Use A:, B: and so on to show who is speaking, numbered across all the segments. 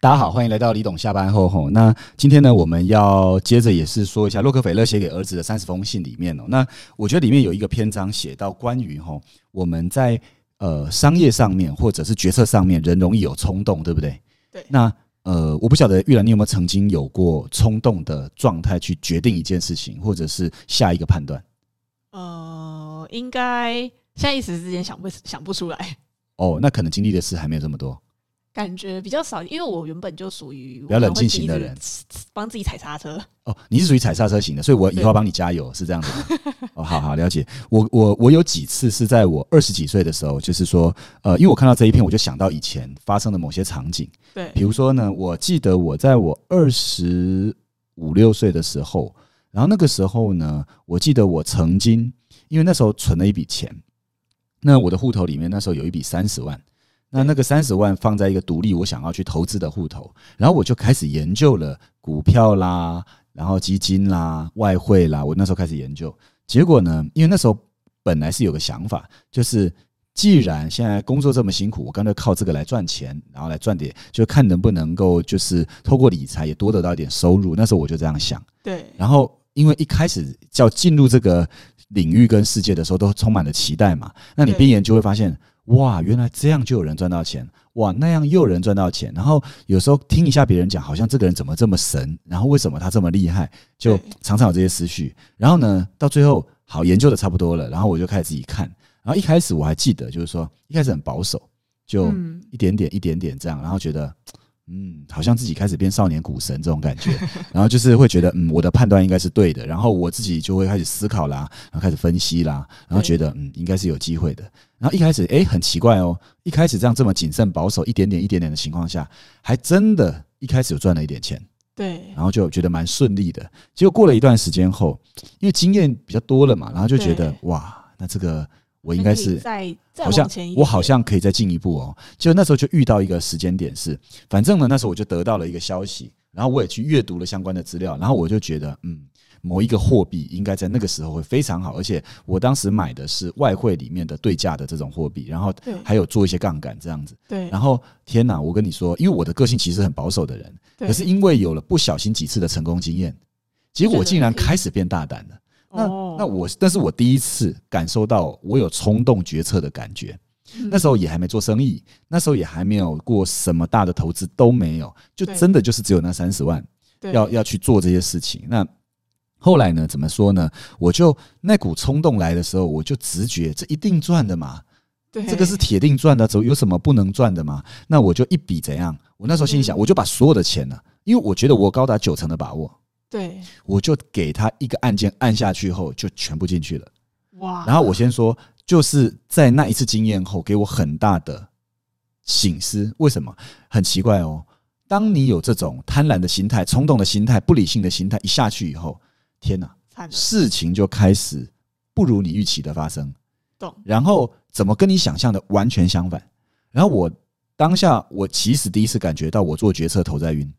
A: 大家好，欢迎来到李董下班后吼。那今天呢，我们要接着也是说一下洛克菲勒写给儿子的三十封信里面哦。那我觉得里面有一个篇章写到关于吼我们在呃商业上面或者是决策上面，人容易有冲动，对不对？
B: 对
A: 那呃，我不晓得玉兰你有没有曾经有过冲动的状态去决定一件事情，或者是下一个判断？
B: 呃，应该现在一时之间想不想不出来，
A: 哦，那可能经历的事还没有这么多。
B: 感觉比较少，因为我原本就属于
A: 比较冷静型的人，
B: 帮自己踩刹车。
A: 哦，你是属于踩刹车型的，所以我以后要帮你加油，是这样子吗。 哦，好好了解。我我我有几次是在我二十几岁的时候，就是说，呃，因为我看到这一篇，我就想到以前发生的某些场景。
B: 对
A: 比如说呢，我记得我在我二十五六岁的时候，然后那个时候呢，我记得我曾经因为那时候存了一笔钱，那我的户头里面那时候有一笔三十万，那那个三十万放在一个独立我想要去投资的户头，然后我就开始研究了股票啦，然后基金啦、外汇啦，我那时候开始研究，结果呢，因为那时候本来是有个想法，就是既然现在工作这么辛苦，我干脆靠这个来赚钱，然后来赚点，就看能不能够就是透过理财也多得到一点收入。那时候我就这样想，
B: 对
A: 然后因为一开始叫进入这个领域跟世界的时候，都充满了期待嘛。那你
B: 对
A: 边研究会发现，哇，原来这样就有人赚到钱，哇，那样又有人赚到钱。然后有时候听一下别人讲，好像这个人怎么这么神，然后为什么他这么厉害，就
B: 对
A: 常常有这些思绪。然后呢，到最后好研究的差不多了，然后我就开始自己看。然后一开始我还记得，就是说一开始很保守，就
B: 嗯
A: 一点点一点点这样，然后觉得。嗯，好像自己开始变少年股神这种感觉，然后就是会觉得，嗯，我的判断应该是对的，然后我自己就会开始思考啦，然后开始分析啦，然后觉得，嗯，应该是有机会的。然后一开始，诶，很奇怪哦，一开始这样这么谨慎保守，一点点一点点的情况下，还真的一开始有赚了一点钱，
B: 对
A: 然后就觉得蛮顺利的。结果过了一段时间后，因为经验比较多了嘛，然后就觉得
B: 对，
A: 哇，那这个我
B: 我
A: 应该是
B: 再再
A: 好像
B: 往前一
A: 我
B: 点
A: 好像可以再进一步哦。就那时候就遇到一个时间点是，反正呢那时候我就得到了一个消息，然后我也去阅读了相关的资料，然后我就觉得嗯。某一个货币应该在那个时候会非常好，而且我当时买的是外汇里面的对价的这种货币，然后
B: 对
A: 还有做一些杠杆这样子。
B: 对，
A: 然后天哪，我跟你说，因为我的个性其实很保守的人，可是因为有了不小心几次的成功经验，结果我竟然开始变大胆了。那那我那是我第一次感受到我有冲动决策的感觉。那时
B: 候
A: 候也还没做生意，那时候也还没有过什么大的投资都没有，就
B: 对
A: 真的就是只有那三十万要要去做这些事情。那后来呢？怎么说呢？我就那股冲动来的时候，我就直觉这一定赚的嘛，这个是铁定赚的，怎么有什么不能赚的吗？那我就一笔怎样？我那时候心里想，
B: 嗯
A: 我就把所有的钱呢、因为我觉得我有高达九成的把握，
B: 对
A: 我就给他一个按键按下去后，就全部进去了。
B: 哇，
A: 然后我先说，就是在那一次经验后，给我很大的醒思。为什么？很奇怪哦。当你有这种贪婪的心态、冲动的心态、不理性的心态一下去以后，天哪，
B: 惨了，
A: 事情就开始不如你预期的发生。
B: 懂
A: 然后怎么跟你想象的完全相反。然后我当下，我其实第一次感觉到我做决策头在晕，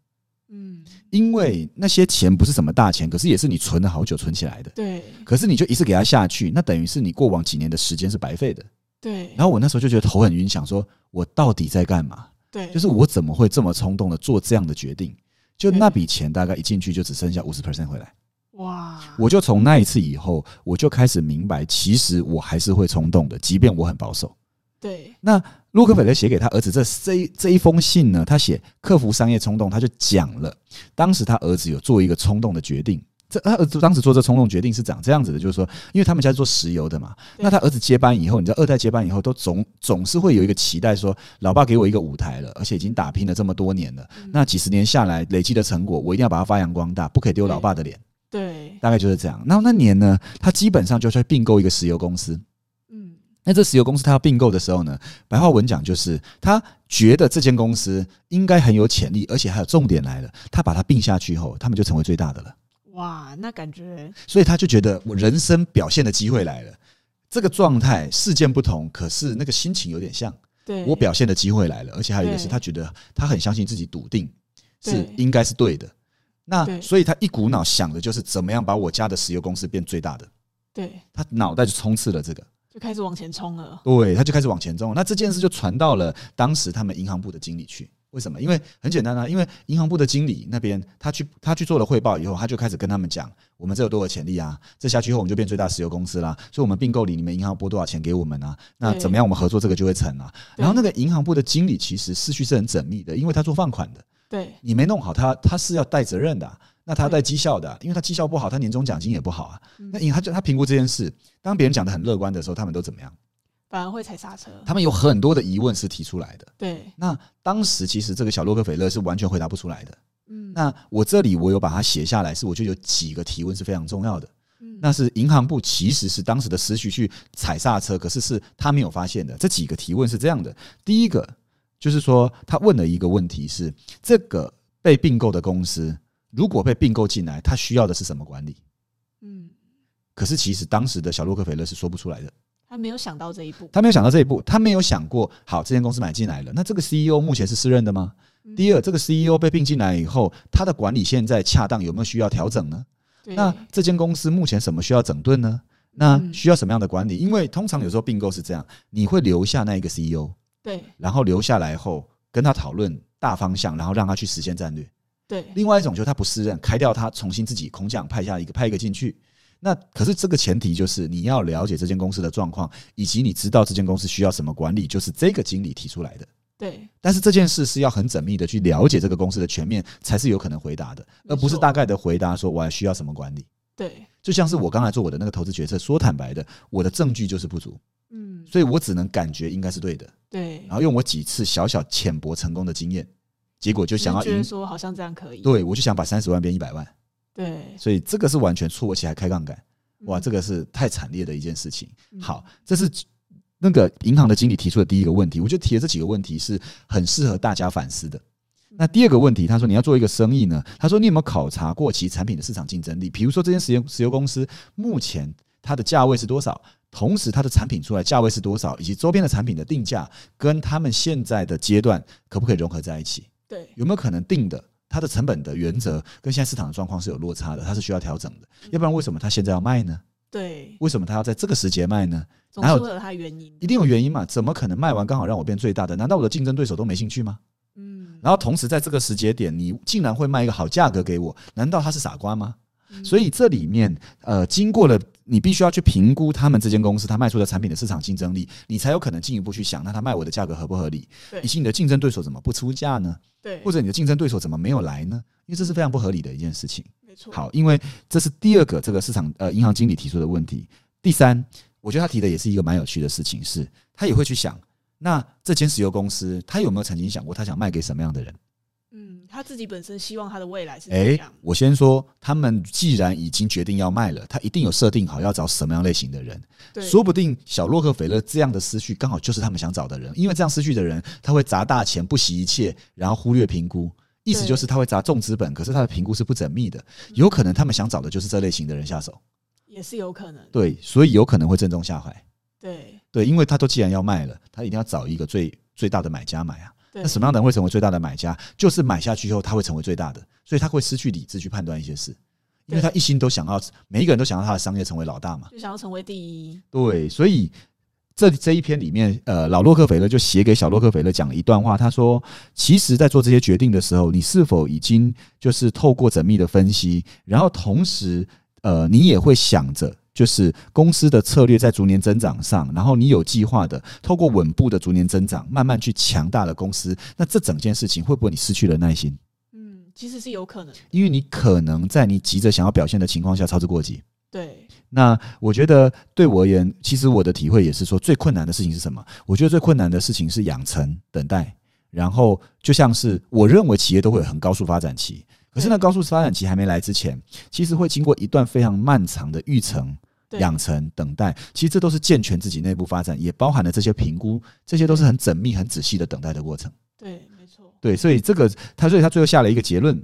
B: 嗯
A: 因为那些钱不是什么大钱，可是也是你存了好久存起来的。
B: 对
A: 可是你就一次给它下去，那等于是你过往几年的时间是白费的。
B: 对，
A: 然后我那时候就觉得头很晕，想说我到底在干嘛？
B: 对
A: 就是我怎么会这么冲动的做这样的决定？就
B: 对
A: 那笔钱大概一进去就只剩下五十 percent 回来，
B: 哇
A: 我就从那一次以后，我就开始明白，其实我还是会冲动的，即便我很保守。
B: 对
A: 那洛克菲勒写给他儿子这这一这一封信呢，他写克服商业冲动，他就讲了，当时他儿子有做一个冲动的决定。这他儿子当时做这冲动决定是长这样子的，就是说，因为他们家做石油的嘛，
B: 对
A: 那他儿子接班以后，你知道二代接班以后都总总是会有一个期待说老爸给我一个舞台了，而且已经打拼了这么多年了，
B: 嗯
A: 那几十年下来累积的成果，我一定要把它发扬光大，不可以丢老爸的脸，
B: 对
A: 大概就是这样。然后那年呢，他基本上就去并购一个石油公司，
B: 嗯
A: 那这石油公司它要并购的时候呢，白话文讲就是他觉得这间公司应该很有潜力，而且还有重点来了，他把它并下去后，他们就成为最大的了，
B: 哇，那感觉
A: 所以他就觉得我人生表现的机会来了。这个状态事件不同，可是那个心情有点像。
B: 对
A: 我表现的机会来了，而且还有一个是
B: 对
A: 他觉得他很相信自己，笃定是
B: 对
A: 应该是对的。那
B: 对
A: 所以他一股脑想的就是怎么样把我家的石油公司变最大的，
B: 对
A: 他脑袋就冲刺了这个。
B: 就开始往前冲了，
A: 对，他就开始往前冲。那这件事就传到了当时他们银行部的经理去，为什么？因为很简单啊，因为银行部的经理那边，他去他去做了汇报以后，他就开始跟他们讲，我们这有多少潜力啊？这下去以后我们就变最大石油公司啦，所以我们并购你，你们银行拨多少钱给我们啊？那
B: 对
A: 怎么样我们合作这个就会成啊？
B: 对
A: 然后那个银行部的经理其实思绪是很缜密的，因为他做放款的，
B: 对
A: 你没弄好他，他是要带责任的啊、那他要
B: 对
A: 带绩效的啊、因为他绩效不好，他年终奖金也不好啊。
B: 嗯
A: 那银他就他评估这件事，当别人讲的很乐观的时候，他们都怎么样？
B: 反而会踩刹车。
A: 他们有很多的疑问是提出来的。
B: 对，
A: 那当时其实这个小洛克菲勒是完全回答不出来的。
B: 嗯，
A: 那我这里我有把它写下来，是我觉得有几个提问是非常重要的。
B: 嗯
A: 那是银行部其实是当时的思绪去踩刹车，可是是他没有发现的。这几个提问是这样的：第一个就是说，他问了一个问题是，这个被并购的公司如果被并购进来，它需要的是什么管理？
B: 嗯，
A: 可是其实当时的小洛克菲勒是说不出来的，
B: 他没有想到这一步。
A: 他没有想到这一步，他没有想过，好，这间公司买进来了，那这个 CEO 目前是私任的吗？
B: 嗯
A: 第二，这个 CEO 被并进来以后，他的管理现在恰当有没有需要调整呢？
B: 对
A: 那这间公司目前什么需要整顿呢？那
B: 嗯
A: 需要什么样的管理？因为通常有时候并购是这样，你会留下那一个 CEO，
B: 对
A: 然后留下来后跟他讨论大方向，然后让他去实现战略。
B: 对
A: 另外一种就是他不适任，开掉他，重新自己空降派下一个派一个进去。那可是这个前提就是你要了解这间公司的状况，以及你知道这间公司需要什么管理，就是这个经理提出来的。
B: 对
A: 但是这件事是要很缜密的去了解这个公司的全面，才是有可能回答的，
B: 没错
A: 而不是大概的回答说我还需要什么管理。
B: 对，
A: 就像是我刚才做我的那个投资决策，说坦白的，我的证据就是不足，
B: 嗯，
A: 所以我只能感觉应该是对的，
B: 对
A: 然，后用我几次小小浅薄成功的经验，结果就想要
B: 直觉
A: 赢，
B: 说好像这样可以。
A: 对我就想把三十万变一百万，
B: 对，
A: 所以这个是完全错，而且还开杠杆，哇，
B: 嗯
A: 这个是太惨烈的一件事情。
B: 嗯
A: 好，这是那个银行的经理提出的第一个问题，我觉得提的这几个问题是很适合大家反思的。
B: 嗯
A: 那第二个问题，他说你要做一个生意呢，他说你有没有考察过其产品的市场竞争力？比如说这间石油石油公司目前它的价位是多少，同时它的产品出来价位是多少，以及周边的产品的定价跟他们现在的阶段可不可以融合在一起？
B: 对
A: 有没有可能定的它的成本的原则跟现在市场的状况是有落差的，它是需要调整的，要不然为什么它现在要卖呢？
B: 对，
A: 为什么它要在这个时节卖呢？
B: 总
A: 哪
B: 是
A: 有
B: 会有它的原因
A: 一。定有原因嘛？怎么可能卖完刚好让我变最大的？难道我的竞争对手都没兴趣吗？
B: 嗯，
A: 然后同时在这个时节点，你竟然会卖一个好价格给我，难道他是傻瓜吗？
B: 嗯
A: 所以这里面，呃，经过了你必须要去评估他们这间公司它卖出的产品的市场竞争力，你才有可能进一步去想，那他卖我的价格合不合理？
B: 对
A: 以及你的竞争对手怎么不出价呢？
B: 对，
A: 或者你的竞争对手怎么没有来呢？因为这是非常不合理的一件事情。
B: 没错，
A: 好，因为这是第二个这个市场呃银行经理提出的问题。第三，我觉得他提的也是一个蛮有趣的事情，是他也会去想，那这间石油公司他有没有曾经想过他想卖给什么样的人？
B: 嗯，他自己本身希望他的未来是怎
A: 诶，
B: 样？
A: 我先说，他们既然已经决定要卖了，他一定有设定好要找什么样类型的人，
B: 对，
A: 说不定小洛克菲勒这样的思绪刚好就是他们想找的人，因为这样思绪的人他会砸大钱不惜一切，然后忽略评估。意思
B: 对
A: 就是他会砸重资本，可是他的评估是不缜密的，有可能他们想找的就是这类型的人下手。
B: 嗯也是有可能。
A: 对，所以有可能会正中下怀。
B: 对
A: 对，因为他都既然要卖了，他一定要找一个最最大的买家买啊。
B: 对
A: 那，什么样的人会成为最大的买家？就是买下去以后，他会成为最大的，所以他会失去理智去判断一些事，因为
B: 对
A: 他一心都想要，每一个人都想要他的商业成为老大嘛。
B: 就想要成为第一。
A: 对，所以这这一篇里面，呃，老洛克菲勒就写给小洛克菲勒讲了一段话，他说：“其实，在做这些决定的时候，你是否已经就是透过缜密的分析，然后同时，呃，你也会想着。”就是公司的策略在逐年增长上，然后你有计划的透过稳步的逐年增长，慢慢去强大了公司。那这整件事情会不会你失去了耐心？
B: 嗯，其实是有可能。
A: 因为你可能在你急着想要表现的情况下操之过急。
B: 对
A: 那我觉得对我而言，其实我的体会也是说，最困难的事情是什么？我觉得最困难的事情是养成等待，然后就像是我认为企业都会有很高速发展期，可是那
B: 对
A: 高速发展期还没来之前，其实会经过一段非常漫长的育成、
B: 对，
A: 养成、等待，其实这都是健全自己内部发展，也包含了这些评估，这些都是很缜密、很仔细的等待的过程。
B: 对，没错，
A: 对，所以这个他，所以他最后下了一个结论：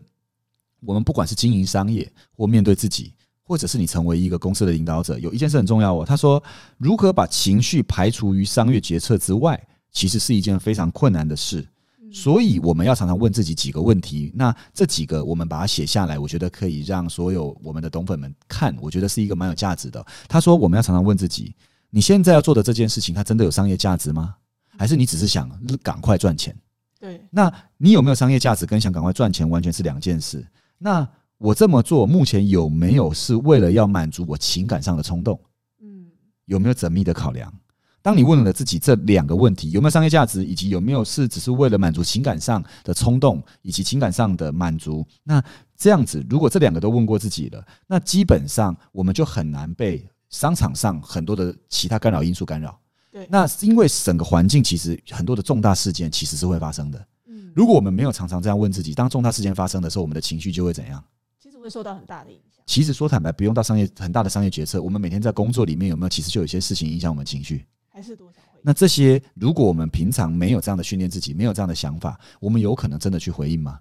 A: 我们不管是经营商业，或面对自己，或者是你成为一个公司的领导者，有一件事很重要哦。他说，如何把情绪排除于商业决策之外，其实是一件非常困难的事。
B: 嗯
A: 所以我们要常常问自己几个问题。那这几个我们把它写下来，我觉得可以让所有我们的懂粉们看，我觉得是一个蛮有价值的。哦他说，我们要常常问自己：你现在要做的这件事情，它真的有商业价值吗？还是你只是想赶快赚钱？
B: 对，
A: 那你有没有商业价值跟想赶快赚钱完全是两件事。那我这么做目前有没有是为了要满足我情感上的冲动？
B: 嗯，
A: 有没有缜密的考量？当你问了自己这两个问题，有没有商业价值，以及有没有是只是为了满足情感上的冲动，以及情感上的满足，那这样子，如果这两个都问过自己了，那基本上我们就很难被商场上很多的其他干扰因素干扰。
B: 对，
A: 那是因为整个环境其实很多的重大事件其实是会发生的。
B: 嗯，
A: 如果我们没有常常这样问自己，当重大事件发生的时候，我们的情绪就会怎样？
B: 其实会受到很大的影响。
A: 其实说坦白，不用到商业很大的商业决策，我们每天在工作里面有没有，其实就有一些事情影响我们情绪。
B: 还是多少会。
A: 那这些，如果我们平常没有这样的训练自己，没有这样的想法，我们有可能真的去回应吗？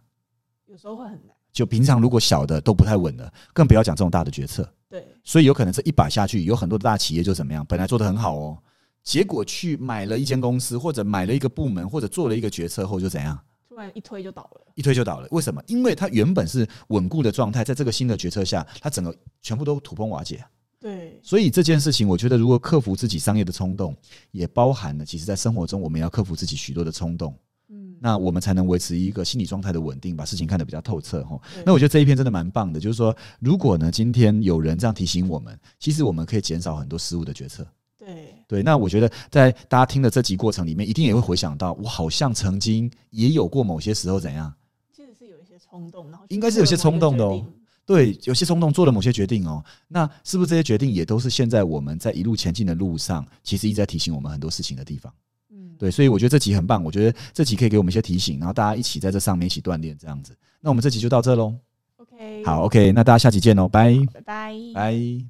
B: 有时候会很难。
A: 就平常如果小的都不太稳了，更不要讲这种大的决策。
B: 对，
A: 所以有可能这一把下去，有很多大企业就怎么样，本来做得很好哦，结果去买了一间公司，或者买了一个部门，或者做了一个决策后就怎样，
B: 突然一推就倒了。
A: 一推就倒了。为什么？因为它原本是稳固的状态，在这个新的决策下，它整个全部都土崩瓦解。
B: 对，
A: 所以这件事情，我觉得如果克服自己商业的冲动，也包含了其实在生活中我们要克服自己许多的冲动。
B: 嗯，
A: 那我们才能维持一个心理状态的稳定，把事情看得比较透彻哈。
B: 对
A: 那我觉得这一篇真的蛮棒的，就是说，如果呢今天有人这样提醒我们，其实我们可以减少很多失误的决策。
B: 对，
A: 对，那我觉得在大家听的这集过程里面，一定也会回想到，我好像曾经也有过某些时候怎样，
B: 其实是有一些冲动，然后
A: 应该是有些冲动的哦
B: 去做了某一个决定。
A: 对，有些冲动做了某些决定哦。那是不是这些决定也都是现在我们在一路前进的路上，其实一直在提醒我们很多事情的地方？
B: 嗯，
A: 对，所以我觉得这集很棒，我觉得这集可以给我们一些提醒，然后大家一起在这上面一起锻炼这样子。那我们这集就到这喽。哦
B: ，OK，，
A: 好，OK，那大家下期见喽，拜
B: 拜拜，
A: 拜。